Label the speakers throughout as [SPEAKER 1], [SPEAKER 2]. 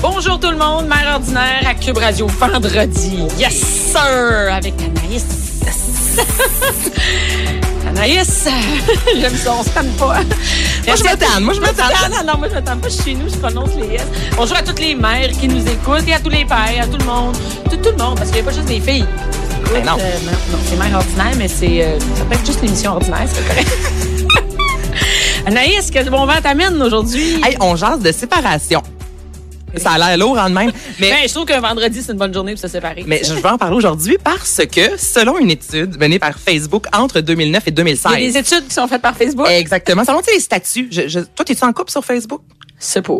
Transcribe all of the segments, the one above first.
[SPEAKER 1] Bonjour tout le monde, Mère Ordinaire à Cube Radio vendredi. Yes sir! Avec Anaïs. Anaïs, j'aime ça, on se tanne pas.
[SPEAKER 2] Moi, je me tanne, moi, je me tanne.
[SPEAKER 1] Non, non, moi, je me tanne pas. Je suis chez nous, je prononce les S. Bonjour à toutes les mères qui nous écoutent et à tous les pères, à tout le monde. Tout, tout le monde, parce qu'il n'y a pas juste des filles.
[SPEAKER 2] Ben non.
[SPEAKER 1] Euh, non, c'est mère ordinaire, mais c'est. euh, ça peut être juste l'émission ordinaire, c'est correct. Anaïs, quel bon vent t'amène aujourd'hui?
[SPEAKER 2] Hey, on jase de séparation. Ça a l'air lourd en même, mais,
[SPEAKER 1] Ben, je trouve qu'un vendredi, c'est une bonne journée pour se séparer.
[SPEAKER 2] Eh. mais je vais en parler aujourd'hui parce que, selon une étude menée par Facebook entre 2009 et
[SPEAKER 1] Il y a
[SPEAKER 2] 2016,
[SPEAKER 1] des études qui sont faites par Facebook.
[SPEAKER 2] Eh. exactement, selon tu sais, les statuts, je, je- toi, t'es-tu en couple sur Facebook?
[SPEAKER 1] C'est pas.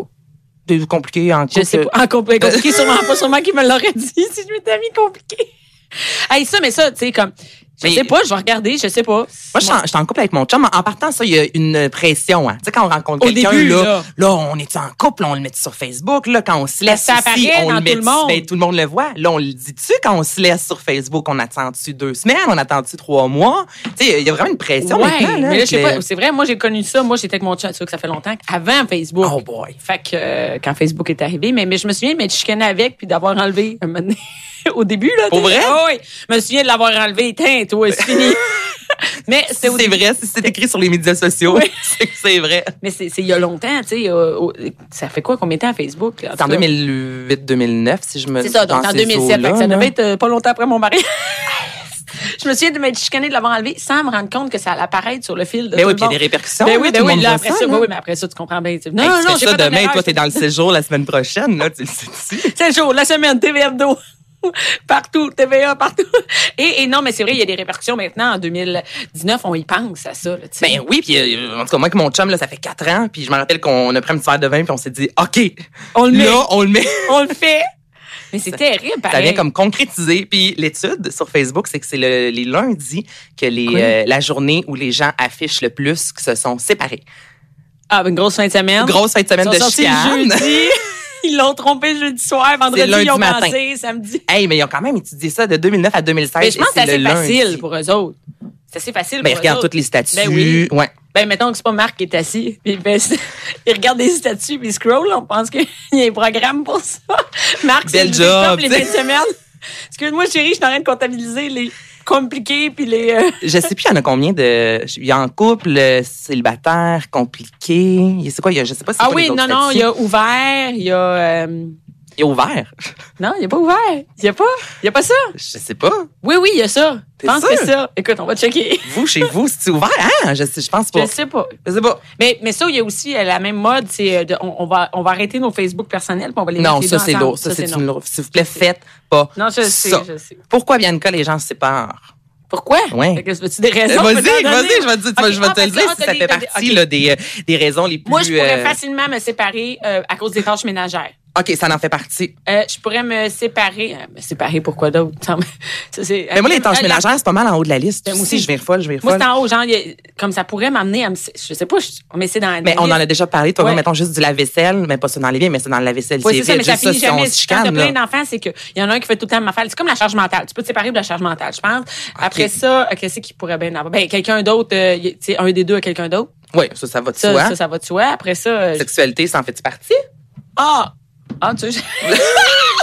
[SPEAKER 2] C'est compliqué en couple.
[SPEAKER 1] Je sais pas. En compl- compliqué, sûrement pas. Sûrement qu'il me l'aurait dit si je m'étais mis compliqué. Hey, ça, mais ça, tu sais, comme. Je
[SPEAKER 2] Mais-
[SPEAKER 1] sais pas, je vais regarder, je sais pas.
[SPEAKER 2] Moi, je suis en- je suis en, couple avec mon chum. En partant, ça, il y a une pression. Hein. Tu sais, quand on rencontre
[SPEAKER 1] Au
[SPEAKER 2] quelqu'un,
[SPEAKER 1] début,
[SPEAKER 2] là,
[SPEAKER 1] là.
[SPEAKER 2] là. on est en couple, on le met sur Facebook. Là, quand on se laisse
[SPEAKER 1] Ça
[SPEAKER 2] ici,
[SPEAKER 1] apparaît
[SPEAKER 2] on
[SPEAKER 1] dans
[SPEAKER 2] le met
[SPEAKER 1] tout le monde.
[SPEAKER 2] ben, tout le monde le voit. Là, on le dit-tu quand on se laisse sur Facebook? On attend-tu deux semaines? On attend-tu trois mois? Tu sais, il y a vraiment une pression
[SPEAKER 1] ouais,
[SPEAKER 2] maintenant. Là,
[SPEAKER 1] mais là, je sais
[SPEAKER 2] avec
[SPEAKER 1] pas.
[SPEAKER 2] le-
[SPEAKER 1] C'est vrai, moi, j'ai connu ça. Moi, j'étais avec mon chat, tu vois que ça fait longtemps, avant Facebook.
[SPEAKER 2] Oh boy.
[SPEAKER 1] Fait que euh, quand Facebook est arrivé, mais, mais je me souviens de m'être chicanée avec puis d'avoir enlevé un moment donné, au début. Là,
[SPEAKER 2] Pour
[SPEAKER 1] tu sais.
[SPEAKER 2] vrai?
[SPEAKER 1] Ah oui, je me souviens de l'avoir enlevé. Tiens, toi, c'est fini. mais
[SPEAKER 2] C'est
[SPEAKER 1] c'est au
[SPEAKER 2] vrai, si c'est écrit sur les médias sociaux, c'est que c'est vrai.
[SPEAKER 1] Mais c'est c'est il y a longtemps, tu sais. euh, au- ça fait quoi qu'on mettait à Facebook? là? En
[SPEAKER 2] C'est en
[SPEAKER 1] tout cas,
[SPEAKER 2] 2008-2009, si je me
[SPEAKER 1] C'est ça, donc
[SPEAKER 2] dans
[SPEAKER 1] en
[SPEAKER 2] ces
[SPEAKER 1] 2007.
[SPEAKER 2] eaux-là,
[SPEAKER 1] fait que ça
[SPEAKER 2] là.
[SPEAKER 1] devait être euh, pas longtemps après mon mari. je me souviens de m'être chicanée de l'avoir enlevé sans me rendre compte que ça allait apparaître sur le fil de euh,
[SPEAKER 2] Ben
[SPEAKER 1] tout
[SPEAKER 2] oui,
[SPEAKER 1] le
[SPEAKER 2] puis il y a
[SPEAKER 1] monde.
[SPEAKER 2] des répercussions.
[SPEAKER 1] Ben oui,
[SPEAKER 2] là,
[SPEAKER 1] ben
[SPEAKER 2] tout le
[SPEAKER 1] oui,
[SPEAKER 2] monde
[SPEAKER 1] là,
[SPEAKER 2] voit
[SPEAKER 1] après ça,
[SPEAKER 2] là.
[SPEAKER 1] ben oui, mais après ça, tu comprends bien. tu sais, Non,
[SPEAKER 2] Hey,
[SPEAKER 1] non,
[SPEAKER 2] tu
[SPEAKER 1] non,
[SPEAKER 2] fais
[SPEAKER 1] j'ai
[SPEAKER 2] ça
[SPEAKER 1] pas
[SPEAKER 2] demain, toi, t'es dans le séjour la semaine prochaine, là, tu le sais-tu?
[SPEAKER 1] C'est le jour, la semaine, TVA Hebdo. partout, TVA, partout. Et, et non, mais c'est vrai, il y a des répercussions maintenant. En 2019, on y pense à ça. Là, tu sais.
[SPEAKER 2] Ben oui, puis euh, en tout cas, moi, que mon chum, là, ça fait quatre ans, puis je me rappelle qu'on a pris un petit verre de vin, puis on s'est dit, OK,
[SPEAKER 1] on le met,
[SPEAKER 2] là, on le met.
[SPEAKER 1] on le fait. Mais c'est terrible,
[SPEAKER 2] Ça
[SPEAKER 1] pareil.
[SPEAKER 2] vient comme concrétiser. Puis l'étude sur Facebook, c'est que c'est le- les lundis que les,
[SPEAKER 1] Oui.
[SPEAKER 2] euh, la journée où les gens affichent le plus que se sont séparés.
[SPEAKER 1] Ah, une grosse fin de semaine.
[SPEAKER 2] Grosse fin de
[SPEAKER 1] Ils
[SPEAKER 2] semaine
[SPEAKER 1] sont
[SPEAKER 2] de
[SPEAKER 1] sortis
[SPEAKER 2] chicane.
[SPEAKER 1] jeudi. Ils l'ont trompé jeudi soir, vendredi,
[SPEAKER 2] lundi
[SPEAKER 1] ils ont
[SPEAKER 2] matin.
[SPEAKER 1] pensé, samedi.
[SPEAKER 2] Hey, mais ils ont quand même étudié ça de 2009 à 2016.
[SPEAKER 1] Mais je pense
[SPEAKER 2] et
[SPEAKER 1] que c'est assez
[SPEAKER 2] le lundi.
[SPEAKER 1] facile pour eux autres. C'est assez facile
[SPEAKER 2] Ben, ils
[SPEAKER 1] pour eux
[SPEAKER 2] regardent
[SPEAKER 1] autres.
[SPEAKER 2] toutes les statuts.
[SPEAKER 1] Ben oui.
[SPEAKER 2] Ouais.
[SPEAKER 1] Ben, mettons que c'est pas Marc qui est assis, puis il, fait- il regarde des statuts, puis il scroll, on pense qu'il y a un programme pour ça. Marc, c'est
[SPEAKER 2] Bel
[SPEAKER 1] le
[SPEAKER 2] job,
[SPEAKER 1] top les
[SPEAKER 2] t'sais.
[SPEAKER 1] fins de semaine. Excuse-moi, chérie, je suis en train de comptabiliser les compliqués, puis les... euh,
[SPEAKER 2] Je sais plus, il y en a combien de. Il y a en couple, euh, célibataire, compliqué. C'est quoi? il y a- Je sais pas si c'est
[SPEAKER 1] Ah
[SPEAKER 2] quoi les
[SPEAKER 1] oui,
[SPEAKER 2] autres
[SPEAKER 1] non, non,
[SPEAKER 2] statuts.
[SPEAKER 1] il y a ouvert, il y a... euh,
[SPEAKER 2] Il est ouvert.
[SPEAKER 1] Non, il n'y a pas ouvert. Il n'y a pas. Il n'y a pas ça.
[SPEAKER 2] Je sais pas.
[SPEAKER 1] Oui, oui, il y a ça. Je
[SPEAKER 2] T'es
[SPEAKER 1] pense
[SPEAKER 2] sûr?
[SPEAKER 1] que c'est ça. Écoute, on va checker.
[SPEAKER 2] Vous, chez vous, c'est ouvert? Hein? Je, sais- je pense pas.
[SPEAKER 1] Je sais pas.
[SPEAKER 2] Je sais pas.
[SPEAKER 1] Mais, mais ça, il y a aussi euh, la même mode, c'est euh, de- on, on va, on va arrêter nos Facebook personnels, puis on va les mettre
[SPEAKER 2] Non,
[SPEAKER 1] les
[SPEAKER 2] ça,
[SPEAKER 1] deux
[SPEAKER 2] c'est
[SPEAKER 1] ensemble.
[SPEAKER 2] lourd. Ça, c'est
[SPEAKER 1] non.
[SPEAKER 2] une lourde. S'il vous plaît, faites pas.
[SPEAKER 1] Non, je sais,
[SPEAKER 2] ça.
[SPEAKER 1] je sais.
[SPEAKER 2] Pourquoi, Bianca, les gens se séparent?
[SPEAKER 1] Pourquoi?
[SPEAKER 2] Ouais.
[SPEAKER 1] Fait que, veux-tu des
[SPEAKER 2] Vas-y,
[SPEAKER 1] raisons?
[SPEAKER 2] vas-y,
[SPEAKER 1] Peux-tu en donner?
[SPEAKER 2] je vais, te- tu vas-
[SPEAKER 1] Ok,
[SPEAKER 2] je vais
[SPEAKER 1] ah,
[SPEAKER 2] te le
[SPEAKER 1] parce que-
[SPEAKER 2] dire
[SPEAKER 1] ah,
[SPEAKER 2] si
[SPEAKER 1] t'as
[SPEAKER 2] ça
[SPEAKER 1] des-
[SPEAKER 2] fait
[SPEAKER 1] t'as des-
[SPEAKER 2] partie
[SPEAKER 1] ok.
[SPEAKER 2] là, des, euh, des raisons les plus.
[SPEAKER 1] Moi, je pourrais
[SPEAKER 2] euh,
[SPEAKER 1] facilement me séparer euh, à cause des tâches ménagères.
[SPEAKER 2] OK, ça en fait partie.
[SPEAKER 1] Euh, je pourrais me séparer. euh, me séparer, pourquoi d'autre? Ça, c'est-
[SPEAKER 2] Mais moi, les tâches
[SPEAKER 1] Euh, la-
[SPEAKER 2] ménagères, c'est pas mal en haut de la liste.
[SPEAKER 1] Ben,
[SPEAKER 2] Moi
[SPEAKER 1] moi
[SPEAKER 2] aussi,
[SPEAKER 1] aussi.
[SPEAKER 2] je vais folle, je vais
[SPEAKER 1] Moi,
[SPEAKER 2] folle.
[SPEAKER 1] c'est en haut, genre, il y a- comme ça pourrait m'amener à me. Je sais pas, je- mais c'est dans la
[SPEAKER 2] Mais on en a déjà parlé. Toi,
[SPEAKER 1] Ouais.
[SPEAKER 2] mettons juste du lave-vaisselle, mais pas ça dans les liens, mais c'est dans le lave-vaisselle.
[SPEAKER 1] Oui, c'est ça,
[SPEAKER 2] vide,
[SPEAKER 1] mais ça
[SPEAKER 2] juste
[SPEAKER 1] finit
[SPEAKER 2] si on
[SPEAKER 1] jamais.
[SPEAKER 2] se
[SPEAKER 1] Quand t'as
[SPEAKER 2] chicane,
[SPEAKER 1] plein
[SPEAKER 2] là.
[SPEAKER 1] d'enfants, c'est qu'il y en a un qui fait tout le temps ma faire. C'est comme la charge mentale. Tu peux te séparer de la charge mentale, je pense. Après ça, euh, qu'est-ce qui pourrait bien avoir? Ben, quelqu'un d'autre, euh, y- tu sais, un des deux à quelqu'un d'autre.
[SPEAKER 2] Oui, ça, ça va de
[SPEAKER 1] Ça,
[SPEAKER 2] soi.
[SPEAKER 1] ça, ça va de soi. Après ça, euh, je-
[SPEAKER 2] Sexualité, ça en fait partie?
[SPEAKER 1] ah! Ah, tu sais, je- j'avais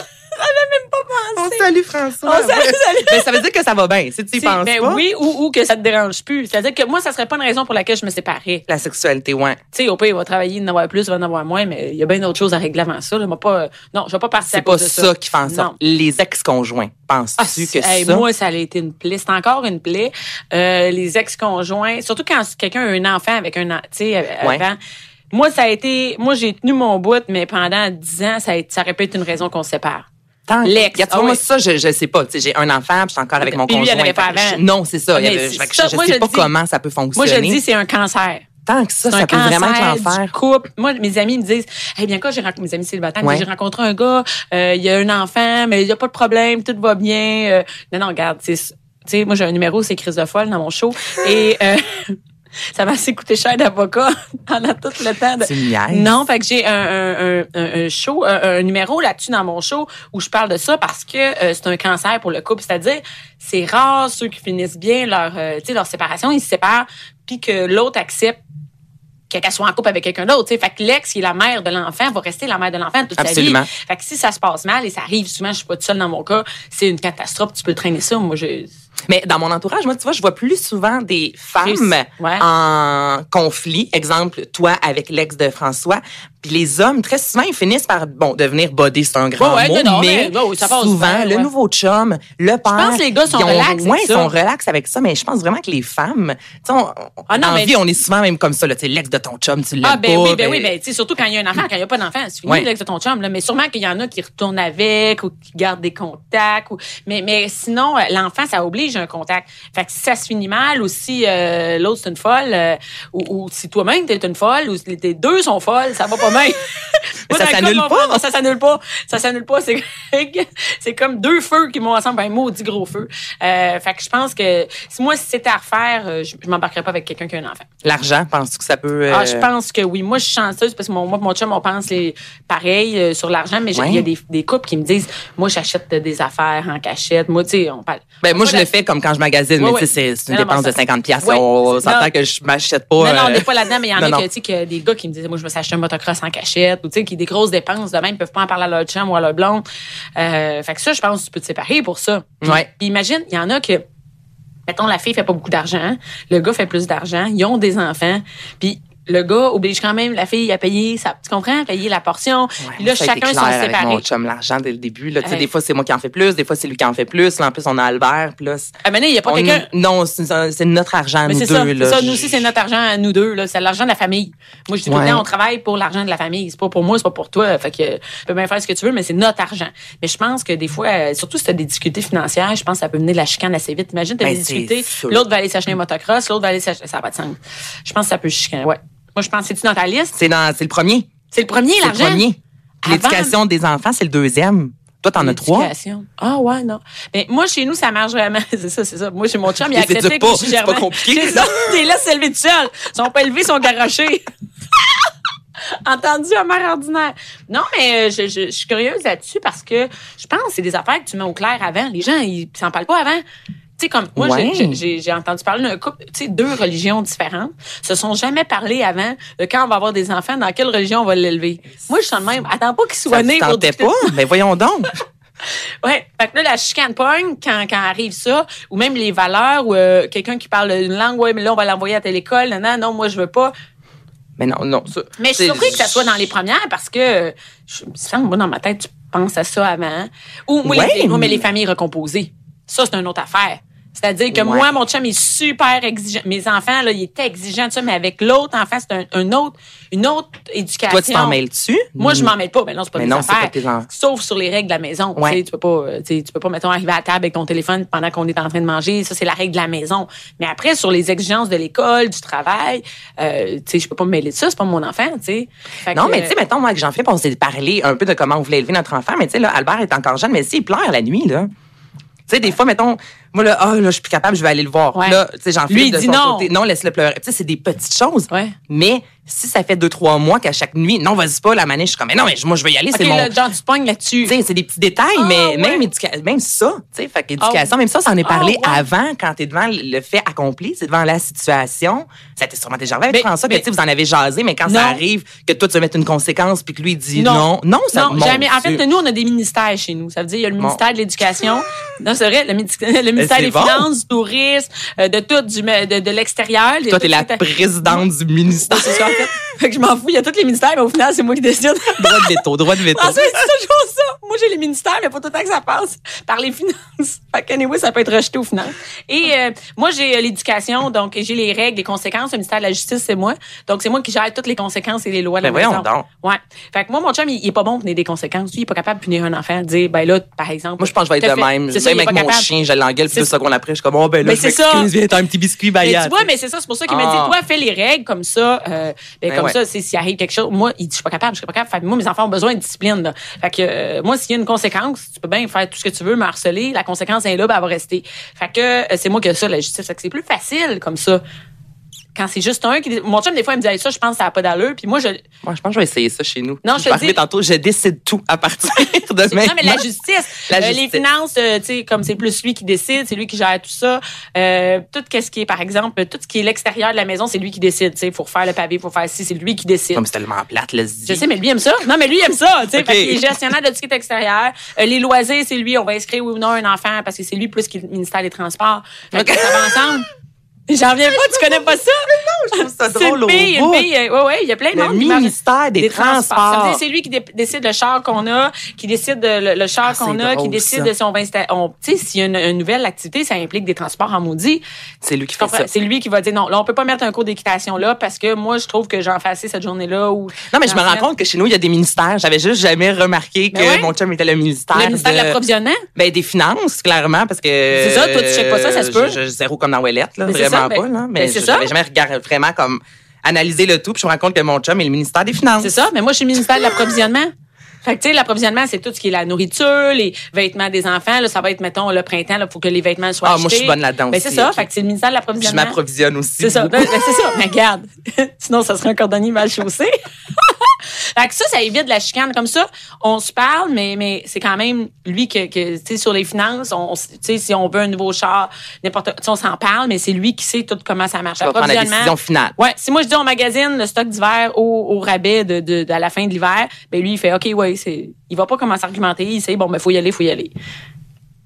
[SPEAKER 1] même pas pensé.
[SPEAKER 2] salue Oh, François.
[SPEAKER 1] On salue, Oh, salut.
[SPEAKER 2] Mais ça veut dire que ça va bien. Si tu y
[SPEAKER 1] Si,
[SPEAKER 2] penses
[SPEAKER 1] ben
[SPEAKER 2] pas,
[SPEAKER 1] oui, ou, ou que ça te dérange plus. C'est-à-dire que moi, ça serait pas une raison pour laquelle je me séparais.
[SPEAKER 2] la sexualité, ouais.
[SPEAKER 1] Tu sais, au pire, il va travailler, il va en avoir plus, il va en avoir moins, mais il y a bien d'autres choses à régler avant ça. là. Moi, pas, euh, non, je vais pas partir à
[SPEAKER 2] C'est pas
[SPEAKER 1] cause de
[SPEAKER 2] ça qui fait en sorte.
[SPEAKER 1] Non.
[SPEAKER 2] Les ex-conjoints,
[SPEAKER 1] Ah,
[SPEAKER 2] penses-tu que
[SPEAKER 1] hey,
[SPEAKER 2] ça?
[SPEAKER 1] Moi, ça a été une plaie. C'est encore une plaie. Euh, les ex-conjoints, surtout quand quelqu'un a un enfant avec un an, tu sais, euh,
[SPEAKER 2] Ouais.
[SPEAKER 1] avant. Moi, ça a été. Moi, j'ai tenu mon bout, mais pendant 10 ans, ça, a été- ça aurait pu être une raison qu'on se sépare.
[SPEAKER 2] Tant que-
[SPEAKER 1] L'ex,
[SPEAKER 2] Regarde, tu
[SPEAKER 1] ah
[SPEAKER 2] vois, moi,
[SPEAKER 1] ouais.
[SPEAKER 2] ça, je, je sais pas. Tu sais, j'ai un enfant, puis je suis encore avec mon
[SPEAKER 1] Puis lui, il
[SPEAKER 2] conjoint.
[SPEAKER 1] y en avait pas
[SPEAKER 2] Fait que
[SPEAKER 1] avant.
[SPEAKER 2] je- Non, c'est ça. Il y
[SPEAKER 1] Mais
[SPEAKER 2] avait-
[SPEAKER 1] c'est
[SPEAKER 2] fait que
[SPEAKER 1] ça,
[SPEAKER 2] je, je
[SPEAKER 1] moi,
[SPEAKER 2] sais
[SPEAKER 1] je
[SPEAKER 2] pas
[SPEAKER 1] dis-
[SPEAKER 2] comment ça peut
[SPEAKER 1] Moi,
[SPEAKER 2] fonctionner.
[SPEAKER 1] je dis, c'est un cancer.
[SPEAKER 2] tant que
[SPEAKER 1] C'est
[SPEAKER 2] ça, ça
[SPEAKER 1] un
[SPEAKER 2] peut
[SPEAKER 1] cancer
[SPEAKER 2] vraiment être
[SPEAKER 1] du
[SPEAKER 2] l'enfer.
[SPEAKER 1] couple. Moi, mes amis ils me disent, eh bien quoi, j'ai rencontré mes amis célibataires, ils me disent,
[SPEAKER 2] Ouais.
[SPEAKER 1] j'ai rencontré un gars, euh, il y a un enfant, mais il y a pas de problème, tout va bien. Euh, non, non, regarde, c'est- tu sais, moi j'ai un numéro, c'est crise de folle dans mon show, et euh, ça m'a assez coûté cher d'avocat pendant tout le temps. de-
[SPEAKER 2] Tu me niaises.
[SPEAKER 1] Non, fait que j'ai un, un, un- un- un show, un, un numéro là-dessus dans mon show où je parle de ça parce que euh, c'est un cancer pour le couple. C'est-à-dire, c'est rare ceux qui finissent bien leur, euh, tu sais, leur séparation, ils se séparent, puis que l'autre accepte que- qu'elle soit en couple avec quelqu'un d'autre. tu sais. Fait que l'ex, qui est la mère de l'enfant, va rester la mère de l'enfant toute sa
[SPEAKER 2] Absolument.
[SPEAKER 1] vie. Fait que si ça se passe mal, et ça arrive souvent, je suis pas toute seule dans mon cas, c'est une catastrophe, tu peux traîner ça. Moi, j'ai...
[SPEAKER 2] Mais dans mon entourage, moi, tu vois, je vois plus souvent des femmes
[SPEAKER 1] Réussi- ouais.
[SPEAKER 2] en conflit. Exemple, toi avec l'ex de François. Puis les hommes, très souvent, ils finissent par, bon, devenir body, c'est un grand
[SPEAKER 1] Ouais, ouais,
[SPEAKER 2] mot,
[SPEAKER 1] non, non,
[SPEAKER 2] mais,
[SPEAKER 1] mais, ouais, ça passe
[SPEAKER 2] souvent,
[SPEAKER 1] bien,
[SPEAKER 2] le
[SPEAKER 1] ouais.
[SPEAKER 2] nouveau chum, le père.
[SPEAKER 1] pense que les gars sont
[SPEAKER 2] ils ont-
[SPEAKER 1] relax avec
[SPEAKER 2] ouais, ils
[SPEAKER 1] ça.
[SPEAKER 2] sont relax avec ça, mais je pense vraiment que les femmes, tu sais, on, on-
[SPEAKER 1] Ah non,
[SPEAKER 2] en
[SPEAKER 1] mais-
[SPEAKER 2] vie, on est souvent même comme ça, là, tu sais, l'ex de ton chum, tu l'aimes
[SPEAKER 1] Ah ben
[SPEAKER 2] pas,
[SPEAKER 1] oui, ben oui, ben tu sais, surtout quand il y a un enfant, quand il n'y a pas d'enfant, c'est fini
[SPEAKER 2] Ouais.
[SPEAKER 1] là, que c'est ton chum là, mais sûrement qu'il y en a qui retournent avec ou qui gardent des contacts ou mais mais sinon euh, l'enfant ça oblige un contact. Fait que si ça se finit mal ou si euh, l'autre c'est une folle euh, ou, ou si toi-même t'es une folle ou si les deux sont folles, ça va pas mal. Moi,
[SPEAKER 2] ça
[SPEAKER 1] dans le
[SPEAKER 2] s'annule
[SPEAKER 1] cas de mon
[SPEAKER 2] pas.
[SPEAKER 1] frère, non, ça s'annule pas. Ça s'annule pas, c'est c'est comme deux feux qui vont ensemble un maudit gros feu. Euh, fait que je pense que si moi si c'était à refaire, euh, je, je m'embarquerais pas avec quelqu'un qui a un enfant.
[SPEAKER 2] L'argent, penses-tu que ça peut, euh,
[SPEAKER 1] Ah, je pense que oui. Moi, je suis chanceuse parce que mon, moi et mon chum, on pense les, pareil euh, sur l'argent, mais j'ai- il y a
[SPEAKER 2] Ouais.
[SPEAKER 1] des, des couples qui me disent, moi, j'achète des affaires en cachette. Moi, tu sais, on parle.
[SPEAKER 2] Ben, moi,
[SPEAKER 1] on
[SPEAKER 2] je
[SPEAKER 1] parle
[SPEAKER 2] le fais comme quand je magasine,
[SPEAKER 1] Ouais,
[SPEAKER 2] mais tu sais,
[SPEAKER 1] ouais.
[SPEAKER 2] c'est c'est une
[SPEAKER 1] Non, non,
[SPEAKER 2] dépense
[SPEAKER 1] mais
[SPEAKER 2] de 50 pièces.
[SPEAKER 1] Ouais.
[SPEAKER 2] On
[SPEAKER 1] Non.
[SPEAKER 2] s'entend que je m'achète pas.
[SPEAKER 1] Non, non, on
[SPEAKER 2] euh,
[SPEAKER 1] n'est pas là-dedans, mais il y en
[SPEAKER 2] non,
[SPEAKER 1] a
[SPEAKER 2] non.
[SPEAKER 1] que, tu sais, que des gars qui me disaient, moi, je me suis acheté un motocross en cachette, ou tu sais, qui des grosses dépenses de même, ils peuvent pas en parler à leur chum ou à leur blonde. Euh, fait que ça, je pense que tu peux te séparer pour ça.
[SPEAKER 2] Ouais.
[SPEAKER 1] Puis imagine, il y en a que, mettons, la fille fait pas beaucoup d'argent, hein, le gars fait plus d'argent, ils ont des enfants, puis le gars oblige quand même la fille à payer sa, tu comprends, payer la portion.
[SPEAKER 2] Ouais,
[SPEAKER 1] Puis là,
[SPEAKER 2] ça a été
[SPEAKER 1] chacun
[SPEAKER 2] clair
[SPEAKER 1] sont
[SPEAKER 2] avec
[SPEAKER 1] séparés.
[SPEAKER 2] Mon chum, l'argent dès le début. Là, Tu sais,
[SPEAKER 1] Ouais.
[SPEAKER 2] Des fois, c'est moi qui en fais plus, des fois, c'est lui qui en fait plus. Là, en plus, on a Albert. Puis là, c'est-
[SPEAKER 1] Ah, mais là, il n'y a pas
[SPEAKER 2] on-
[SPEAKER 1] quelqu'un.
[SPEAKER 2] Non, c'est c'est notre argent,
[SPEAKER 1] Mais
[SPEAKER 2] nous
[SPEAKER 1] c'est
[SPEAKER 2] deux.
[SPEAKER 1] ça, c'est
[SPEAKER 2] là.
[SPEAKER 1] ça. Nous aussi, c'est notre argent à nous deux. là. C'est l'argent de la famille. Moi, je dis tout le
[SPEAKER 2] Ouais.
[SPEAKER 1] temps, on travaille pour l'argent de la famille. C'est pas pour moi, c'est pas pour toi. Fait que euh, tu peux bien faire ce que tu veux, mais c'est notre argent. Mais je pense que des fois, euh, surtout si tu as des difficultés financières, je pense que ça peut mener de la chicane assez vite. Imagine, tu as
[SPEAKER 2] Ben,
[SPEAKER 1] des
[SPEAKER 2] c'est
[SPEAKER 1] difficultés,
[SPEAKER 2] sûr.
[SPEAKER 1] l'autre va aller s'acheter un motocross, l'autre va aller s'acheter. Ça n'a pas de sens. Je pense que ça peut chicaner. Ouais. Moi, je pense, c'est-tu dans ta liste?
[SPEAKER 2] C'est dans- c'est le premier.
[SPEAKER 1] C'est le premier,
[SPEAKER 2] C'est le
[SPEAKER 1] l'argent?
[SPEAKER 2] premier.
[SPEAKER 1] Avant-
[SPEAKER 2] L'éducation des enfants, c'est le deuxième. Toi, t'en as trois.
[SPEAKER 1] L'éducation. Ah ouais, non. Mais moi, chez nous, ça marche vraiment. C'est ça, c'est ça. Moi, chez mon chum, il a
[SPEAKER 2] Les éduque
[SPEAKER 1] accepté que
[SPEAKER 2] pas.
[SPEAKER 1] je suis
[SPEAKER 2] C'est pas
[SPEAKER 1] germaine.
[SPEAKER 2] compliqué.
[SPEAKER 1] C'est ça. T'es là, c'est levé tout seul. Ils sont pas élevés, ils sont garochés. Entendu, un mère ordinaire. Non, mais euh, je, je, je suis curieuse là-dessus parce que je pense que c'est des affaires que tu mets au clair avant. Les gens, ils s'en parlent pas avant. Tu sais, comme moi, j'ai-
[SPEAKER 2] Ouais.
[SPEAKER 1] j'ai- j'ai j'ai entendu parler d'un couple, tu sais, deux religions différentes, se sont jamais parlé avant de quand on va avoir des enfants, dans quelle religion on va l'élever. Moi, je suis de même. Attends pas qu'ils soient
[SPEAKER 2] Ça ne
[SPEAKER 1] nés pour
[SPEAKER 2] tentait
[SPEAKER 1] discuter
[SPEAKER 2] pas. Mais voyons donc.
[SPEAKER 1] Ouais, fait que là la chicane pogne quand quand arrive ça ou même les valeurs ou euh, quelqu'un qui parle une langue ouais mais là on va l'envoyer à telle école non non non moi je veux pas
[SPEAKER 2] Mais non, non. ça-
[SPEAKER 1] mais je suis
[SPEAKER 2] c'est-
[SPEAKER 1] surpris que ça soit dans les premières parce que euh, je il me semble, moi dans ma tête tu penses à ça avant ou ou les-
[SPEAKER 2] Ouais.
[SPEAKER 1] ouais, mais les familles recomposées ça c'est une autre affaire c'est-à-dire que
[SPEAKER 2] Ouais.
[SPEAKER 1] moi mon chum est super exigeant mes enfants là il était exigeant de ça mais avec l'autre enfant c'est un, un autre une autre éducation
[SPEAKER 2] Toi, tu t'en mêles-tu?
[SPEAKER 1] moi, je m'en mêle pas, mais non, c'est pas
[SPEAKER 2] Mm. Mais
[SPEAKER 1] mes
[SPEAKER 2] non, c'est
[SPEAKER 1] affaires.
[SPEAKER 2] pas tes affaires.
[SPEAKER 1] Sauf sur les règles de la maison.
[SPEAKER 2] Ouais.
[SPEAKER 1] Tu sais, tu peux pas, euh, tu sais, tu peux pas, mettons, arriver à la table avec ton téléphone pendant qu'on est en train de manger. Ça, c'est la règle de la maison. Mais après, sur les exigences de l'école, du travail, euh, tu sais, je peux pas me mêler de ça. C'est pas mon enfant, tu sais. Fait
[SPEAKER 2] Non,
[SPEAKER 1] que,
[SPEAKER 2] mais tu sais, mettons, moi, avec Jean-Philippe, on s'est parlé un peu de comment on voulait élever notre enfant. Mais tu sais, là, Albert est encore jeune, mais s'il pleure la nuit, là. Tu sais, des fois, mettons, moi, là, ah, là, je suis plus capable, je vais aller le voir.
[SPEAKER 1] Ouais.
[SPEAKER 2] Là, tu
[SPEAKER 1] Lui,
[SPEAKER 2] sais,
[SPEAKER 1] il
[SPEAKER 2] Jean-Philippe, de
[SPEAKER 1] dit
[SPEAKER 2] son
[SPEAKER 1] non.
[SPEAKER 2] côté, non, laisse-le pleurer. Tu sais, c'est des petites choses.
[SPEAKER 1] Ouais.
[SPEAKER 2] Mais si ça fait deux, trois mois qu'à chaque nuit, non, vas-y pas, la manée, je suis comme, mais non, mais moi, je veux y aller,
[SPEAKER 1] OK,
[SPEAKER 2] c'est mon.
[SPEAKER 1] là, genre, tu pognes là-dessus.
[SPEAKER 2] Tu sais, c'est des petits détails,
[SPEAKER 1] Ah,
[SPEAKER 2] mais
[SPEAKER 1] ouais.
[SPEAKER 2] même, éduca- même ça, tu sais, fait qu'éducation,
[SPEAKER 1] Ah,
[SPEAKER 2] même ça, ça en est
[SPEAKER 1] ah,
[SPEAKER 2] parlé
[SPEAKER 1] ouais.
[SPEAKER 2] avant quand t'es devant le fait accompli, c'est devant la situation. Ça t'est sûrement déjà arrivé avec
[SPEAKER 1] Mais-
[SPEAKER 2] François, que
[SPEAKER 1] mais-
[SPEAKER 2] tu sais, vous en avez jasé, mais quand
[SPEAKER 1] Non.
[SPEAKER 2] ça arrive, que toi, tu veux mettre une conséquence, puis que lui, il dit
[SPEAKER 1] Non.
[SPEAKER 2] non, non, ça
[SPEAKER 1] non,
[SPEAKER 2] mon
[SPEAKER 1] jamais. En
[SPEAKER 2] Dieu.
[SPEAKER 1] fait, nous, on a des ministères chez nous. Ça veut dire, il y a le ministère de l'Éducation. non, c'est vrai, le, mini- le ministère
[SPEAKER 2] Eh, c'est
[SPEAKER 1] des
[SPEAKER 2] bon.
[SPEAKER 1] Finances, du Tourisme, euh, de tout, du, de, de l'extérieur.
[SPEAKER 2] Toi, t'es la
[SPEAKER 1] Tout-
[SPEAKER 2] présidente du
[SPEAKER 1] Ouais,
[SPEAKER 2] ministère.
[SPEAKER 1] c'est ça, en fait. Fait que je m'en fous, il y a tous les ministères, mais au final, c'est moi qui décide.
[SPEAKER 2] droit de veto, droit de veto.
[SPEAKER 1] François, Ah, c'est toujours ça. moi, j'ai les ministères, mais pas tout le temps que ça passe par les finances. Fait que, anyway, ça peut être rejeté aux finances. Et euh, moi, j'ai euh, l'éducation, donc j'ai les règles, les conséquences. Le ministère de la Justice, c'est moi. Donc, c'est moi qui gère toutes les conséquences et les lois de
[SPEAKER 2] Ben
[SPEAKER 1] la maison.
[SPEAKER 2] voyons donc.
[SPEAKER 1] Ouais. Fait que moi, mon chum, il, il est pas bon pour punir des conséquences. Lui, il est pas capable de punir un enfant. Dire, ben là, par exemple.
[SPEAKER 2] Moi, je pense que je vais être
[SPEAKER 1] t'as
[SPEAKER 2] de
[SPEAKER 1] fait-
[SPEAKER 2] même.
[SPEAKER 1] C'est
[SPEAKER 2] Même
[SPEAKER 1] ça, il est
[SPEAKER 2] avec
[SPEAKER 1] pas
[SPEAKER 2] mon
[SPEAKER 1] capable.
[SPEAKER 2] chien, je l'engueule, puis
[SPEAKER 1] C'est
[SPEAKER 2] deux
[SPEAKER 1] ça.
[SPEAKER 2] secondes après, je suis comme, oh, ben là,
[SPEAKER 1] Mais
[SPEAKER 2] je
[SPEAKER 1] c'est ça.
[SPEAKER 2] m'excuse, viens, t'as un petit biscuit,
[SPEAKER 1] Mais
[SPEAKER 2] Bayard.
[SPEAKER 1] tu vois, mais c'est ça, c'est pour ça qu'il m'a dit,
[SPEAKER 2] Ah.
[SPEAKER 1] toi, fais les règles comme ça, euh, ben,
[SPEAKER 2] Ben
[SPEAKER 1] comme
[SPEAKER 2] ouais.
[SPEAKER 1] ça, c'est s'il arrive quelque chose. Moi, il dit, je suis pas capable, je suis pas capable. Fait que moi, mes enfants ont besoin de discipline, là. Fait que, euh, moi, s'il y a une conséquence, tu peux bien faire tout ce que tu veux, me harceler, la conséquence est là, ben, elle va rester. Fait que, euh, c'est moi qui ai ça, la justice. Fait que c'est plus facile, comme ça. Quand c'est juste un qui, mon chum, des fois, il me dit, Hey, ça, je pense que ça a pas d'allure, puis moi, je,
[SPEAKER 2] Moi, je pense que je vais essayer ça chez nous.
[SPEAKER 1] Non, je te
[SPEAKER 2] vais arriver
[SPEAKER 1] dis-
[SPEAKER 2] tantôt, je décide tout à partir de
[SPEAKER 1] Non,
[SPEAKER 2] maintenant.
[SPEAKER 1] mais la justice.
[SPEAKER 2] La
[SPEAKER 1] Euh, les
[SPEAKER 2] justice.
[SPEAKER 1] finances, euh, tu sais, comme c'est plus lui qui décide, c'est lui qui gère tout ça. Euh, tout ce qui est, par exemple, tout ce qui est l'extérieur de la maison, c'est lui qui décide. Tu sais, faut faire le pavé, faut faire ci, c'est lui qui décide.
[SPEAKER 2] Comme c'est tellement plate, le zizi.
[SPEAKER 1] Je sais, mais lui aime ça. Non, mais lui aime ça. Tu sais,
[SPEAKER 2] Ok.
[SPEAKER 1] fait qu'il est gestionnaire de tout ce qui est extérieur. Euh, les loisirs, c'est lui. On va inscrire oui ou non un enfant parce que c'est lui plus que le ministère des Transports. Fait que
[SPEAKER 2] Ok.
[SPEAKER 1] ça va ensemble. J'en viens pas, tu connais pas ça?
[SPEAKER 2] je trouve ça
[SPEAKER 1] C'est
[SPEAKER 2] drôle
[SPEAKER 1] une
[SPEAKER 2] au
[SPEAKER 1] fille, une
[SPEAKER 2] bout.
[SPEAKER 1] fille. euh, Ouais, ouais, il y a plein de
[SPEAKER 2] Le
[SPEAKER 1] monde qui marche-
[SPEAKER 2] ministère des,
[SPEAKER 1] Ça veut
[SPEAKER 2] Transports.
[SPEAKER 1] dire, c'est lui qui dé- décide le char qu'on a, qui décide de- le, le char
[SPEAKER 2] Ah,
[SPEAKER 1] qu'on
[SPEAKER 2] c'est
[SPEAKER 1] a, qui
[SPEAKER 2] drôle,
[SPEAKER 1] décide
[SPEAKER 2] ça.
[SPEAKER 1] de si on va insta- on- Tu sais, s'il y a une, une nouvelle activité, ça implique des transports en maudit.
[SPEAKER 2] C'est lui qui
[SPEAKER 1] Tu
[SPEAKER 2] fait ça.
[SPEAKER 1] comprends? C'est lui qui va dire non, là, on peut pas mettre un cours d'équitation là parce que moi, je trouve que j'en fais assez cette journée-là. ou
[SPEAKER 2] Non, mais je
[SPEAKER 1] dans
[SPEAKER 2] me
[SPEAKER 1] la
[SPEAKER 2] rends
[SPEAKER 1] semaine.
[SPEAKER 2] compte que chez nous, il y a des ministères. J'avais juste jamais remarqué que
[SPEAKER 1] Ben ouais.
[SPEAKER 2] mon chum était le ministère.
[SPEAKER 1] Le ministère de l'approvisionnement?
[SPEAKER 2] Ben, des finances, clairement, parce que.
[SPEAKER 1] C'est ça, toi, tu checkes pas ça, ça se peut.
[SPEAKER 2] Je, je zéro comme dans Ouellette, là.
[SPEAKER 1] Mais c'est
[SPEAKER 2] vraiment
[SPEAKER 1] ça, ben-
[SPEAKER 2] pas, là.
[SPEAKER 1] ben,
[SPEAKER 2] Mais
[SPEAKER 1] c'est
[SPEAKER 2] je-
[SPEAKER 1] ça.
[SPEAKER 2] j'avais jamais regardé vraiment comme analysé le tout, puis je me rends compte que mon chum est le ministère des Finances.
[SPEAKER 1] C'est ça, mais moi, je suis le ministère de
[SPEAKER 2] Ah!
[SPEAKER 1] l'approvisionnement. Fait que, tu sais, l'approvisionnement, c'est tout ce qui est la nourriture, les vêtements des enfants. Là, ça va être, mettons, le printemps, il faut que les vêtements soient
[SPEAKER 2] Ah, moi, je
[SPEAKER 1] achetés.
[SPEAKER 2] suis bonne là-dedans
[SPEAKER 1] Ben,
[SPEAKER 2] aussi,
[SPEAKER 1] c'est ça.
[SPEAKER 2] ok.
[SPEAKER 1] Fait que c'est le ministère de
[SPEAKER 2] Puis je
[SPEAKER 1] l'approvisionnement.
[SPEAKER 2] m'approvisionne aussi.
[SPEAKER 1] C'est ça.
[SPEAKER 2] beaucoup.
[SPEAKER 1] Ben, ben, c'est ça. Mais regarde. Sinon, ça serait un cordonnier mal chaussé. fait que ça, ça évite la chicane. Comme ça, on se parle, mais, mais c'est quand même lui que, que tu sais, sur les finances, on, on- tu sais, si on veut un nouveau char, n'importe, tu sais, on s'en parle, mais c'est lui qui sait tout comment ça marche.
[SPEAKER 2] Je vais prendre la
[SPEAKER 1] Approvisionnement.
[SPEAKER 2] décision finale.
[SPEAKER 1] Ouais, si moi je dis on magazine le stock d'hiver au, au rabais de, de, de- à la fin de l'hiver, ben lui il fait OK ouais, c'est il va pas commencer à argumenter, il sait bon ben faut y aller, faut y aller.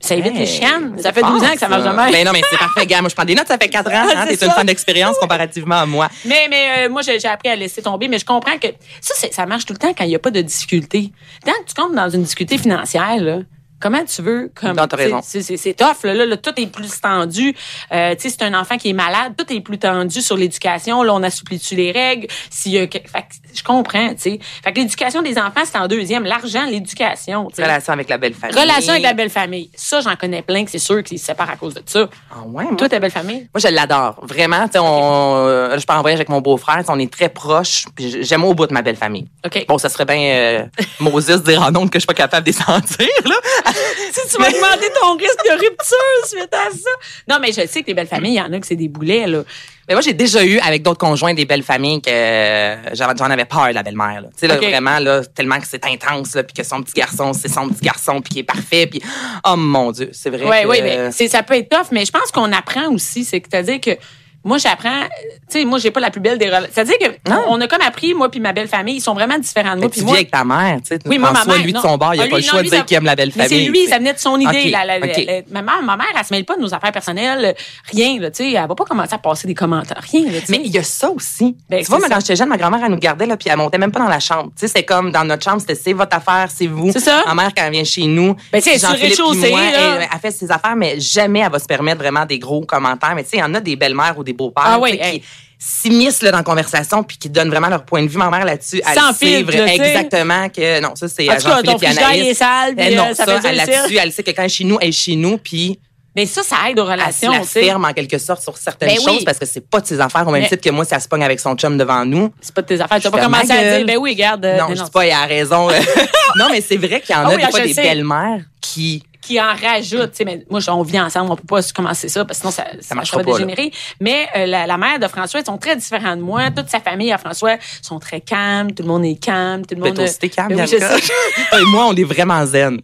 [SPEAKER 1] Ça évite Ben, les
[SPEAKER 2] Hey,
[SPEAKER 1] chiennes.
[SPEAKER 2] c'est
[SPEAKER 1] Ça fait 12 ans
[SPEAKER 2] fort,
[SPEAKER 1] que ça marche de même.
[SPEAKER 2] Ben non, mais c'est parfait, gars. Moi, je prends des notes, ça fait 4 ans.
[SPEAKER 1] Ah,
[SPEAKER 2] Hein,
[SPEAKER 1] c'est
[SPEAKER 2] T'es une
[SPEAKER 1] ça.
[SPEAKER 2] femme d'expérience comparativement à moi.
[SPEAKER 1] Mais, mais euh, moi, j'ai j'ai appris à laisser tomber, mais je comprends que ça, c'est- ça marche tout le temps quand il n'y a pas de difficulté. Quand tu comptes dans une difficulté financière, là, comment tu veux... Comme,
[SPEAKER 2] Non, t'as raison.
[SPEAKER 1] C'est c'est- c'est tough, là, là, là, tout est plus tendu. Euh, tu sais, c'est un enfant qui est malade, tout est plus tendu sur l'éducation. Là, on assouplit-tu les règles? S'il y a que- fait que je comprends, tu sais. Fait que l'éducation des enfants, c'est en deuxième. L'argent, l'éducation, tu sais.
[SPEAKER 2] Relation avec la belle famille.
[SPEAKER 1] Relation avec la belle famille. Ça, j'en connais plein que c'est sûr qu'ils se séparent à cause de ça.
[SPEAKER 2] Ah ouais, moi,
[SPEAKER 1] Toi, ta belle famille?
[SPEAKER 2] Moi, je l'adore. Vraiment, tu sais, on, euh, je pars en voyage avec mon beau-frère, tu sais, on est très proches, puis j- j'aime au bout de ma belle-famille.
[SPEAKER 1] OK.
[SPEAKER 2] Bon, ça serait bien euh, Moses dire en ondes que je suis pas capable de les sentir, là.
[SPEAKER 1] si tu m'as demandé ton risque de rupture suite à ça. Non, mais je sais que les belles familles, il y en a que c'est des boulets, là.
[SPEAKER 2] Mais moi, j'ai déjà eu avec d'autres conjoints des belles familles que euh, j'avais- j'en avais peur, la belle-mère. là. Tu sais, là,
[SPEAKER 1] Ok.
[SPEAKER 2] vraiment, là, tellement que c'est intense, là, puis que son petit garçon, c'est son petit garçon, puis qu'il est parfait, puis oh mon Dieu, c'est vrai.
[SPEAKER 1] Ouais,
[SPEAKER 2] que-
[SPEAKER 1] oui, mais c'est, ça peut être tough, mais je pense qu'on apprend aussi. C'est que, c'est-à-dire que moi, j'apprends, euh, tu sais, moi, j'ai pas la plus belle des relations. C'est-à-dire que
[SPEAKER 2] Non.
[SPEAKER 1] on a comme appris, moi puis ma belle famille, ils sont vraiment différents de
[SPEAKER 2] Mais
[SPEAKER 1] moi.
[SPEAKER 2] tu
[SPEAKER 1] Puis
[SPEAKER 2] vis
[SPEAKER 1] moi,
[SPEAKER 2] avec ta mère, tu sais. tu
[SPEAKER 1] Oui, moi,
[SPEAKER 2] prends
[SPEAKER 1] ma
[SPEAKER 2] soin
[SPEAKER 1] mère.
[SPEAKER 2] de lui, de
[SPEAKER 1] non.
[SPEAKER 2] son bar, il
[SPEAKER 1] Ah,
[SPEAKER 2] a
[SPEAKER 1] lui,
[SPEAKER 2] pas le
[SPEAKER 1] non,
[SPEAKER 2] choix
[SPEAKER 1] lui,
[SPEAKER 2] de dire
[SPEAKER 1] ça-
[SPEAKER 2] qu'il aime la belle famille.
[SPEAKER 1] Mais c'est lui,
[SPEAKER 2] tu sais.
[SPEAKER 1] ça venait de son idée.
[SPEAKER 2] Ok,
[SPEAKER 1] la- la- la-
[SPEAKER 2] ok.
[SPEAKER 1] la- ma, mère, ma mère, elle se mêle pas de nos affaires personnelles, rien, là, tu sais. Elle va pas commencer à passer des commentaires, rien, là, tu sais.
[SPEAKER 2] Mais il y a ça aussi.
[SPEAKER 1] Ben,
[SPEAKER 2] tu vois,
[SPEAKER 1] c'est
[SPEAKER 2] moi,
[SPEAKER 1] ça.
[SPEAKER 2] quand j'étais jeune, ma grand-mère, elle nous gardait, là, puis elle montait même pas dans la chambre. Tu sais, c'est comme dans notre chambre, c'était c'est votre affaire, c'est vous.
[SPEAKER 1] C'est ça.
[SPEAKER 2] Ma mère, quand elle vient chez nous,
[SPEAKER 1] Ben, tu sais, elle est sur le
[SPEAKER 2] Jean-Philippe puis
[SPEAKER 1] rez-de-chaussée,
[SPEAKER 2] moi,
[SPEAKER 1] là.
[SPEAKER 2] elle, elle fait ses affaires, mais jamais elle va se permettre vraiment des gros commentaires. Mais tu sais, il y en a des belles-mères ou des beaux-pères
[SPEAKER 1] Ah
[SPEAKER 2] tu sais,
[SPEAKER 1] oui,
[SPEAKER 2] qui
[SPEAKER 1] hey.
[SPEAKER 2] s'immiscent là, dans la conversation puis qui donnent vraiment leur point de vue. Ma mère, là-dessus, elle
[SPEAKER 1] Sans
[SPEAKER 2] sait
[SPEAKER 1] filtre, là, tu sais.
[SPEAKER 2] exactement que... Non, ça, c'est
[SPEAKER 1] En
[SPEAKER 2] à
[SPEAKER 1] tout cas, ton
[SPEAKER 2] Jean-Philippe et
[SPEAKER 1] frigidaire, il est
[SPEAKER 2] Anaïs.
[SPEAKER 1] sale, puis,
[SPEAKER 2] Eh
[SPEAKER 1] euh,
[SPEAKER 2] non,
[SPEAKER 1] ça
[SPEAKER 2] ça,
[SPEAKER 1] fait
[SPEAKER 2] elle,
[SPEAKER 1] du
[SPEAKER 2] là-dessus, elle sait que quand elle est chez nous, elle est chez nous, puis
[SPEAKER 1] Mais ça, ça aide aux
[SPEAKER 2] elle se
[SPEAKER 1] relations,
[SPEAKER 2] la
[SPEAKER 1] tu sais.
[SPEAKER 2] ferme en quelque sorte sur certaines
[SPEAKER 1] Ben oui.
[SPEAKER 2] choses parce que c'est pas de ses affaires au même
[SPEAKER 1] Mais-
[SPEAKER 2] titre que moi si elle se pogne avec son chum devant nous.
[SPEAKER 1] C'est pas de tes affaires. Tu vas pas
[SPEAKER 2] Ferme ma
[SPEAKER 1] commencer à
[SPEAKER 2] gueule.
[SPEAKER 1] dire, ben oui, regarde. euh,
[SPEAKER 2] non,
[SPEAKER 1] mais
[SPEAKER 2] je dis pas, il a raison. non, mais c'est vrai qu'il y en
[SPEAKER 1] Ah
[SPEAKER 2] a
[SPEAKER 1] oui,
[SPEAKER 2] des
[SPEAKER 1] ah,
[SPEAKER 2] fois
[SPEAKER 1] je
[SPEAKER 2] des
[SPEAKER 1] sais.
[SPEAKER 2] belles-mères qui
[SPEAKER 1] qui en rajoute. Tu sais, mais moi, on vit ensemble, on peut pas commencer ça parce que sinon ça, ça,
[SPEAKER 2] marchera
[SPEAKER 1] va
[SPEAKER 2] pas, là.
[SPEAKER 1] dégénérer. Mais euh, la, la mère de François, ils sont très différents de moi. Toute sa famille à François sont très calmes. Tout le monde est calme. Tout le
[SPEAKER 2] peut
[SPEAKER 1] monde.
[SPEAKER 2] être aussi calme.
[SPEAKER 1] Ben oui, je
[SPEAKER 2] Bianca.
[SPEAKER 1] sais. Ben,
[SPEAKER 2] Toi Et moi, on est vraiment zen.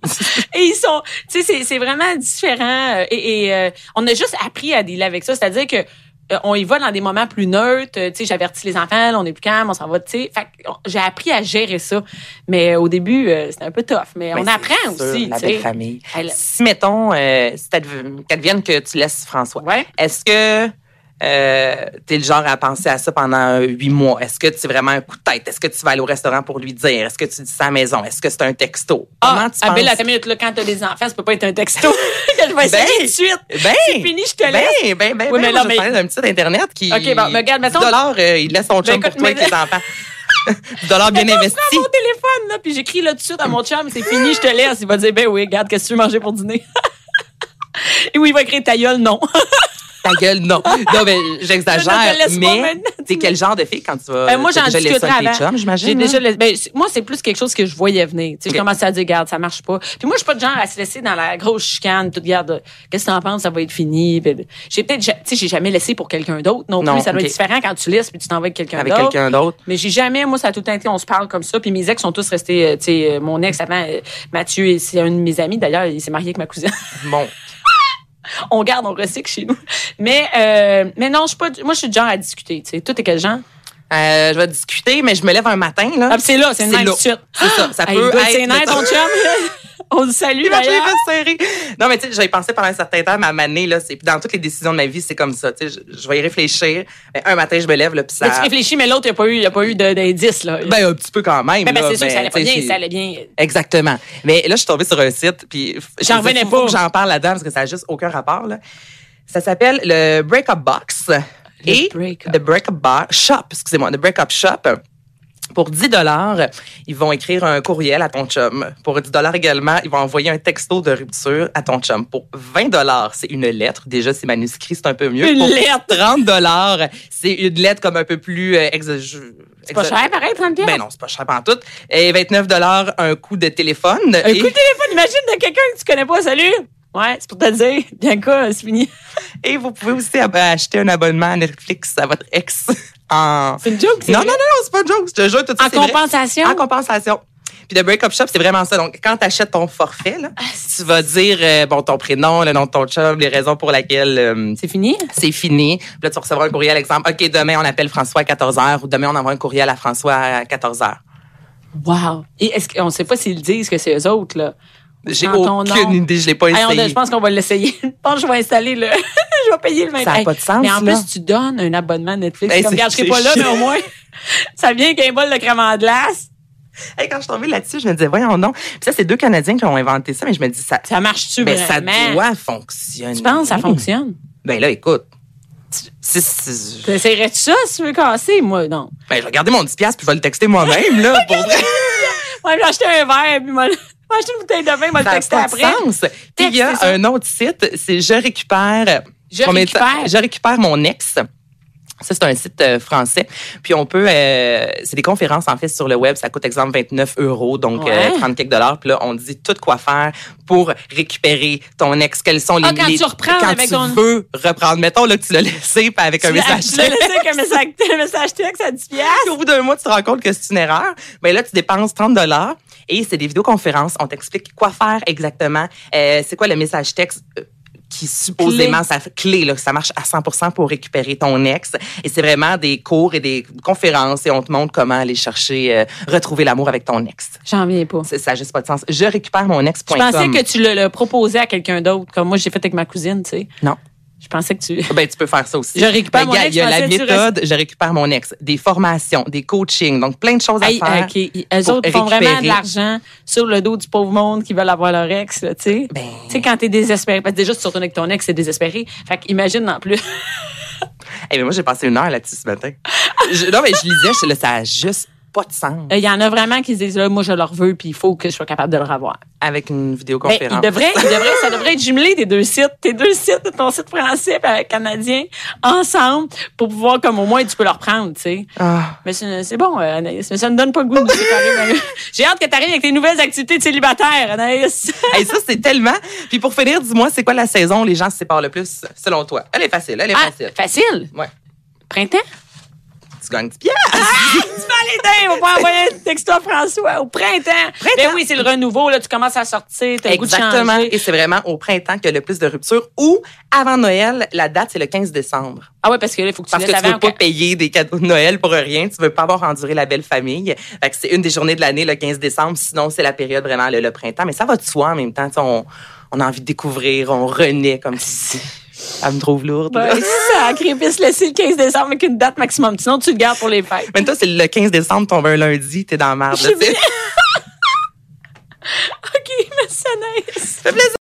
[SPEAKER 1] Et ils sont, tu sais, c'est- c'est vraiment différent. euh, Et, et, euh, on a juste appris à dealer avec ça. C'est-à-dire que euh, on y va dans des moments plus neutres. euh, Tu sais, j'avertis les enfants, là, on est plus calme, on s'en va. Tu sais, Fait que, on- j'ai appris à gérer ça. Mais euh, au début, euh, c'était un peu tough. Mais on
[SPEAKER 2] Ben,
[SPEAKER 1] apprend
[SPEAKER 2] c'est sûr,
[SPEAKER 1] aussi.
[SPEAKER 2] La
[SPEAKER 1] tu sais.
[SPEAKER 2] belle famille.
[SPEAKER 1] Elle-
[SPEAKER 2] Si, mettons, euh, si t'adv- qu'advienne que tu laisses François,
[SPEAKER 1] Ouais.
[SPEAKER 2] est-ce que euh, t'es le genre à penser à ça pendant euh, huit mois. Est-ce que c'est vraiment un coup de tête? Est-ce que tu vas aller au restaurant pour lui dire? Est-ce que tu dis ça à la maison? Est-ce que c'est un texto?
[SPEAKER 1] Ah,
[SPEAKER 2] tu
[SPEAKER 1] ah,
[SPEAKER 2] penses-
[SPEAKER 1] Bill, attends une minute, là, quand t'as des enfants, ça peut pas être un texto. je vais essayer
[SPEAKER 2] Ben,
[SPEAKER 1] tout de suite.
[SPEAKER 2] Ben,
[SPEAKER 1] C'est fini, je te
[SPEAKER 2] ben,
[SPEAKER 1] laisse.
[SPEAKER 2] Ben, ben, ben,
[SPEAKER 1] Oui, mais
[SPEAKER 2] moi,
[SPEAKER 1] là,
[SPEAKER 2] je
[SPEAKER 1] mais-
[SPEAKER 2] parlais d'un petit site Internet qui...
[SPEAKER 1] OK, bon, mais regarde, mettons-
[SPEAKER 2] dollar, euh, il laisse son chum
[SPEAKER 1] Ben,
[SPEAKER 2] pour toi
[SPEAKER 1] écoute,
[SPEAKER 2] avec tes enfants. dollar bien
[SPEAKER 1] Attends, je
[SPEAKER 2] investi.
[SPEAKER 1] prends mon téléphone, là, puis j'écris là tout de suite à mon chum, c'est fini, je te laisse. Il va dire, ben oui, regarde, qu'est-ce que tu veux manger pour dîner? Et oui, il va écrire ta gueule, non.
[SPEAKER 2] Ta gueule, non. Non, mais
[SPEAKER 1] Non, non,
[SPEAKER 2] j'exagère,
[SPEAKER 1] te laisse pas
[SPEAKER 2] mais
[SPEAKER 1] maintenant.
[SPEAKER 2] c'est quel genre de fille quand tu vas...
[SPEAKER 1] Euh, moi,
[SPEAKER 2] t'as
[SPEAKER 1] j'en
[SPEAKER 2] déjà laissé
[SPEAKER 1] discuterai
[SPEAKER 2] un de tes
[SPEAKER 1] avant.
[SPEAKER 2] chums, j'imagine,
[SPEAKER 1] J'ai
[SPEAKER 2] hein?
[SPEAKER 1] déjà laissé- ben, c'est- moi, c'est plus quelque chose que je voyais venir. Tu sais, Je
[SPEAKER 2] Ok.
[SPEAKER 1] commençais à dire, garde, ça marche pas. Puis moi, je suis pas de genre à se laisser dans la grosse chicane, toute garde. Qu'est-ce que t'en penses, ça va être fini. Puis, J'ai peut-être, ja- tu sais, j'ai jamais laissé pour quelqu'un d'autre non,
[SPEAKER 2] Non,
[SPEAKER 1] plus. Ça doit
[SPEAKER 2] ok.
[SPEAKER 1] être différent quand tu laisses puis tu t'en vas avec quelqu'un
[SPEAKER 2] Avec
[SPEAKER 1] d'autre.
[SPEAKER 2] quelqu'un d'autre.
[SPEAKER 1] Mais j'ai jamais, moi, ça a tout le temps été, on se parle comme ça. Puis mes ex sont tous restés, euh, tu sais, euh, mon ex avant, euh, Mathieu, c'est un de mes amis. D'ailleurs, il s'est marié avec ma cousine.
[SPEAKER 2] Bon.
[SPEAKER 1] on garde, on recycle chez nous. Mais, euh, mais non, je suis pas, du- moi, je suis du genre à discuter, tu sais. Toi, t'es quel genre?
[SPEAKER 2] Euh, je vais discuter, mais je me lève un matin, là.
[SPEAKER 1] Ah, puis c'est là, c'est une
[SPEAKER 2] là.
[SPEAKER 1] night suite.
[SPEAKER 2] C'est ça. Ça
[SPEAKER 1] Hey,
[SPEAKER 2] peut
[SPEAKER 1] il doit être
[SPEAKER 2] être...
[SPEAKER 1] ses nerfs, ton chum. On le salue,
[SPEAKER 2] Puis là, je l'ai
[SPEAKER 1] d'ailleurs.
[SPEAKER 2] fait serrer. Non, mais tu sais, j'avais pensé pendant un certain temps, ma manée, là, c'est dans toutes les décisions de ma vie, c'est comme ça. Tu sais, je, je vais y réfléchir. Mais un matin, je me lève, là, puis ça.
[SPEAKER 1] Mais tu réfléchis, mais l'autre, il n'y a pas eu, il y a pas eu de- d'indice, là.
[SPEAKER 2] Ben, un petit peu quand même.
[SPEAKER 1] Ben, ben,
[SPEAKER 2] là,
[SPEAKER 1] c'est sûr que ça allait pas
[SPEAKER 2] tu sais,
[SPEAKER 1] bien,
[SPEAKER 2] c'est-
[SPEAKER 1] ça allait bien.
[SPEAKER 2] Exactement. Mais là, je suis tombée sur un site, puis
[SPEAKER 1] J'en
[SPEAKER 2] f- je me disais,
[SPEAKER 1] revenais
[SPEAKER 2] faut- faut
[SPEAKER 1] pas.
[SPEAKER 2] que J'en parle là-dedans parce que ça n'a juste aucun rapport. Là. Ça s'appelle le Breakup Box et
[SPEAKER 1] Break-Up.
[SPEAKER 2] The Breakup Bo- Shop. Excusez-moi, The Breakup Shop. Pour 10 dollars, ils vont écrire un courriel à ton chum. Pour 10 dollars également, ils vont envoyer un texto de rupture à ton chum. Pour 20 dollars, c'est une lettre. Déjà, c'est manuscrit, c'est un peu mieux.
[SPEAKER 1] Une
[SPEAKER 2] Pour
[SPEAKER 1] lettre.
[SPEAKER 2] 30 dollars, c'est une lettre comme un peu plus euh, exa-
[SPEAKER 1] C'est pas
[SPEAKER 2] exa-
[SPEAKER 1] cher, pareil, 30 pièces.
[SPEAKER 2] ben non, c'est pas cher en tout. Et 29 un coup de téléphone.
[SPEAKER 1] Un
[SPEAKER 2] et,
[SPEAKER 1] coup de téléphone, imagine de quelqu'un que tu connais pas, salut. Ouais, c'est pour te dire. Bien quoi, c'est fini.
[SPEAKER 2] et vous pouvez aussi ab- acheter un abonnement à Netflix à votre ex en...
[SPEAKER 1] C'est une joke, c'est
[SPEAKER 2] Non, non,
[SPEAKER 1] vrai?
[SPEAKER 2] non, non, c'est pas une joke. Je te jure, tout ça,
[SPEAKER 1] En
[SPEAKER 2] c'est vrai.
[SPEAKER 1] compensation?
[SPEAKER 2] En compensation. Puis le break-up shop, c'est vraiment ça. Donc, quand tu achètes ton forfait, là,
[SPEAKER 1] Ah,
[SPEAKER 2] tu vas dire euh, bon ton prénom, le nom de ton chum, les raisons pour lesquelles euh,
[SPEAKER 1] C'est fini?
[SPEAKER 2] c'est fini. Puis là, tu vas recevoir un courriel, exemple, OK, demain, on appelle François à 14h ou demain, on envoie un courriel à François à 14h.
[SPEAKER 1] Wow. Et est-ce qu'on sait pas s'ils disent que c'est eux autres, là?
[SPEAKER 2] J'ai
[SPEAKER 1] Dans ton
[SPEAKER 2] aucune
[SPEAKER 1] nom.
[SPEAKER 2] idée, je l'ai pas
[SPEAKER 1] Hey, on-
[SPEAKER 2] essayé.
[SPEAKER 1] je pense qu'on va l'essayer. Je pense que je vais installer le. je vais payer le 20
[SPEAKER 2] Ça a pas de sens,
[SPEAKER 1] Mais en
[SPEAKER 2] là.
[SPEAKER 1] plus, tu donnes un abonnement Netflix.
[SPEAKER 2] Hey,
[SPEAKER 1] comme,
[SPEAKER 2] c'est-
[SPEAKER 1] regarde, je serai
[SPEAKER 2] c'est
[SPEAKER 1] pas là, mais
[SPEAKER 2] chiant.
[SPEAKER 1] au moins, ça vient qu'un bol de crème en glace.
[SPEAKER 2] Hey, quand je suis tombée là-dessus, je me disais, voyons non. Puis ça, c'est deux Canadiens qui ont inventé ça, mais je me dis, ça,
[SPEAKER 1] Ça marche-tu
[SPEAKER 2] ben,
[SPEAKER 1] vraiment?
[SPEAKER 2] ça doit fonctionner.
[SPEAKER 1] Tu penses que ça fonctionne?
[SPEAKER 2] Ben là, écoute. Si- si-
[SPEAKER 1] T'essayerais-tu ça si tu veux casser? Moi, non.
[SPEAKER 2] ben, je vais garder mon 10$ piastres, puis je vais le texter moi-même, là, pour vrai.
[SPEAKER 1] Moi, je vais acheter un verre, puis moi, je vais acheter une bouteille de vin, je vais le
[SPEAKER 2] Ça
[SPEAKER 1] texter
[SPEAKER 2] n'a pas de
[SPEAKER 1] après.
[SPEAKER 2] sens. Puis il y
[SPEAKER 1] Texte,
[SPEAKER 2] a
[SPEAKER 1] c'est ça.
[SPEAKER 2] un autre site, c'est Je récupère.
[SPEAKER 1] Je
[SPEAKER 2] Combien de temps-
[SPEAKER 1] récupère.
[SPEAKER 2] Je récupère mon ex. Ça, c'est un site euh, français. Puis on peut... euh, c'est des conférences, en fait, sur le web. Ça coûte, exemple, 29 euros, donc
[SPEAKER 1] Ouais.
[SPEAKER 2] euh, 30 quelques dollars. Puis là, on dit tout quoi faire pour récupérer ton ex. Quels sont les...
[SPEAKER 1] Ah, quand
[SPEAKER 2] les-
[SPEAKER 1] tu reprends
[SPEAKER 2] quand
[SPEAKER 1] avec
[SPEAKER 2] tu
[SPEAKER 1] ton-
[SPEAKER 2] veux reprendre. Mettons là, que tu l'as laissé puis avec un
[SPEAKER 1] Tu l'as-
[SPEAKER 2] message
[SPEAKER 1] tu l'as laissé avec un message, un message texte à 10 piastres.
[SPEAKER 2] puis au bout d'un mois, tu te rends compte que c'est une erreur. Ben là, tu dépenses 30 dollars et c'est des vidéoconférences. On t'explique quoi faire exactement. Euh, c'est quoi le message texte euh, qui supposément ça fait clé là, que ça marche à 100% pour récupérer ton ex. Et c'est vraiment des cours et des conférences et on te montre comment aller chercher euh, retrouver l'amour avec ton ex.
[SPEAKER 1] J'en viens pas.
[SPEAKER 2] C'est- Ça n'a juste pas de sens. Je récupère mon
[SPEAKER 1] Je
[SPEAKER 2] ex.com.
[SPEAKER 1] pensais que tu le, le proposais à quelqu'un d'autre, comme moi, j'ai fait avec ma cousine, tu sais.
[SPEAKER 2] non.
[SPEAKER 1] Je pensais que tu.
[SPEAKER 2] Ben, tu peux faire ça aussi.
[SPEAKER 1] Je récupère
[SPEAKER 2] Ben,
[SPEAKER 1] mon
[SPEAKER 2] il y a-
[SPEAKER 1] ex,
[SPEAKER 2] Il y a la
[SPEAKER 1] pensais-tu
[SPEAKER 2] méthode, je récupère mon ex. Des formations, des coachings, donc plein de choses
[SPEAKER 1] Hey, euh,
[SPEAKER 2] à faire.
[SPEAKER 1] OK. Ils- Eux
[SPEAKER 2] pour
[SPEAKER 1] autres font vraiment
[SPEAKER 2] récupérer.
[SPEAKER 1] de l'argent sur le dos du pauvre monde qui veulent avoir leur ex, là, tu sais.
[SPEAKER 2] Ben.
[SPEAKER 1] Tu sais, quand t'es désespéré. Parce que déjà, si tu retournes avec ton ex, c'est désespéré. Fait qu'imagine en plus.
[SPEAKER 2] Eh bien, moi, j'ai passé une heure là-dessus ce matin. Je- non, mais je lisais, je, là, ça a juste pas de sens.
[SPEAKER 1] Euh, Il y en a vraiment qui se disent, là, moi, je le veux, puis il faut que je sois capable de le revoir.
[SPEAKER 2] Avec une
[SPEAKER 1] Ben,
[SPEAKER 2] vidéoconférence.
[SPEAKER 1] il devrait, il devrait, ça devrait être jumelé, tes deux sites, tes deux sites, ton site français et euh, canadien, ensemble, pour pouvoir, comme au moins, tu peux le reprendre, tu sais.
[SPEAKER 2] Ah.
[SPEAKER 1] Mais c'est c'est bon, euh, Anaïs, mais ça ne donne pas le goût de nous séparer, Marie. J'ai hâte que tu arrives avec tes nouvelles activités de célibataire, Anaïs.
[SPEAKER 2] Hey, ça, c'est tellement. Puis pour finir, dis-moi, c'est quoi la saison où les gens se séparent le plus, selon toi? Elle est facile, elle est
[SPEAKER 1] Ah,
[SPEAKER 2] facile.
[SPEAKER 1] facile.
[SPEAKER 2] Ouais.
[SPEAKER 1] Printemps?
[SPEAKER 2] Tu gagnes 10 piastres.
[SPEAKER 1] Tu vas aller dingue, on va envoyer un texto à François au printemps. Ben oui, c'est le renouveau, là, tu commences à sortir, t'as le goût de
[SPEAKER 2] Exactement.
[SPEAKER 1] changer.
[SPEAKER 2] Et c'est vraiment au printemps qu'il y a le plus de ruptures. Ou avant Noël, la date, c'est le 15 décembre.
[SPEAKER 1] Ah ouais, parce que là, il faut que tu
[SPEAKER 2] Parce que
[SPEAKER 1] laisses
[SPEAKER 2] tu veux
[SPEAKER 1] avant.
[SPEAKER 2] pas payer des cadeaux de Noël pour rien. Tu veux pas avoir enduré la belle famille. Fait que c'est une des journées de l'année, le 15 décembre. Sinon, c'est la période vraiment, le, le printemps. Mais ça va de soi en même temps. Tu sais, On, on a envie de découvrir, on renaît comme si. Elle me trouve lourde. là.
[SPEAKER 1] Ben, sacré pisse, laissez le 15 décembre avec une date maximum. Sinon, tu le gardes pour les fêtes.
[SPEAKER 2] Même toi, c'est le 15 décembre, tombe un lundi, t'es dans la merde. là,
[SPEAKER 1] J'ai
[SPEAKER 2] tu sais.
[SPEAKER 1] bien- OK, merci Anaïs.
[SPEAKER 2] Ça fait plaisir.